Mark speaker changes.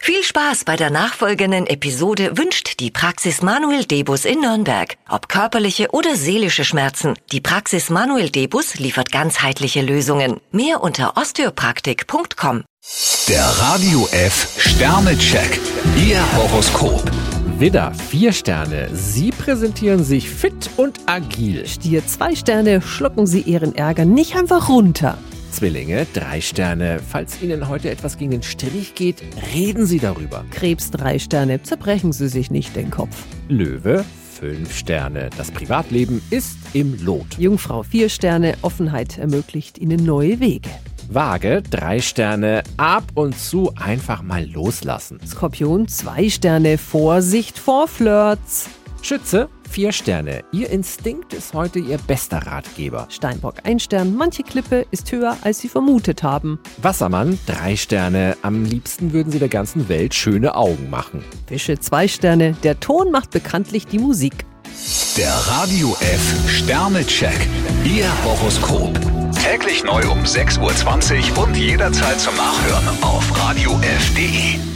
Speaker 1: Viel Spaß bei der nachfolgenden Episode wünscht die Praxis Manuel Debus in Nürnberg. Ob körperliche oder seelische Schmerzen, die Praxis Manuel Debus liefert ganzheitliche Lösungen. Mehr unter osteopraktik.com.
Speaker 2: Der Radio F Sternecheck. Ihr Horoskop.
Speaker 3: Widder, vier Sterne. Sie präsentieren sich fit und agil.
Speaker 4: Stier zwei Sterne, schlucken Sie Ihren Ärger nicht einfach runter.
Speaker 3: Zwillinge, drei Sterne. Falls Ihnen heute etwas gegen den Strich geht, reden Sie darüber.
Speaker 4: Krebs drei Sterne, zerbrechen Sie sich nicht den Kopf.
Speaker 3: Löwe, fünf Sterne. Das Privatleben ist im Lot.
Speaker 4: Jungfrau vier Sterne, Offenheit ermöglicht Ihnen neue Wege.
Speaker 3: Waage, drei Sterne. Ab und zu einfach mal loslassen.
Speaker 4: Skorpion zwei Sterne, Vorsicht vor Flirts.
Speaker 3: Schütze, vier Sterne. Ihr Instinkt ist heute Ihr bester Ratgeber.
Speaker 4: Steinbock ein Stern, manche Klippe ist höher, als Sie vermutet haben.
Speaker 3: Wassermann, drei Sterne. Am liebsten würden Sie der ganzen Welt schöne Augen machen.
Speaker 4: Fische zwei Sterne, der Ton macht bekanntlich die Musik.
Speaker 2: Der Radio F Sternecheck. Ihr Horoskop. Täglich neu um 6.20 Uhr und jederzeit zum Nachhören auf Radio radiof.de.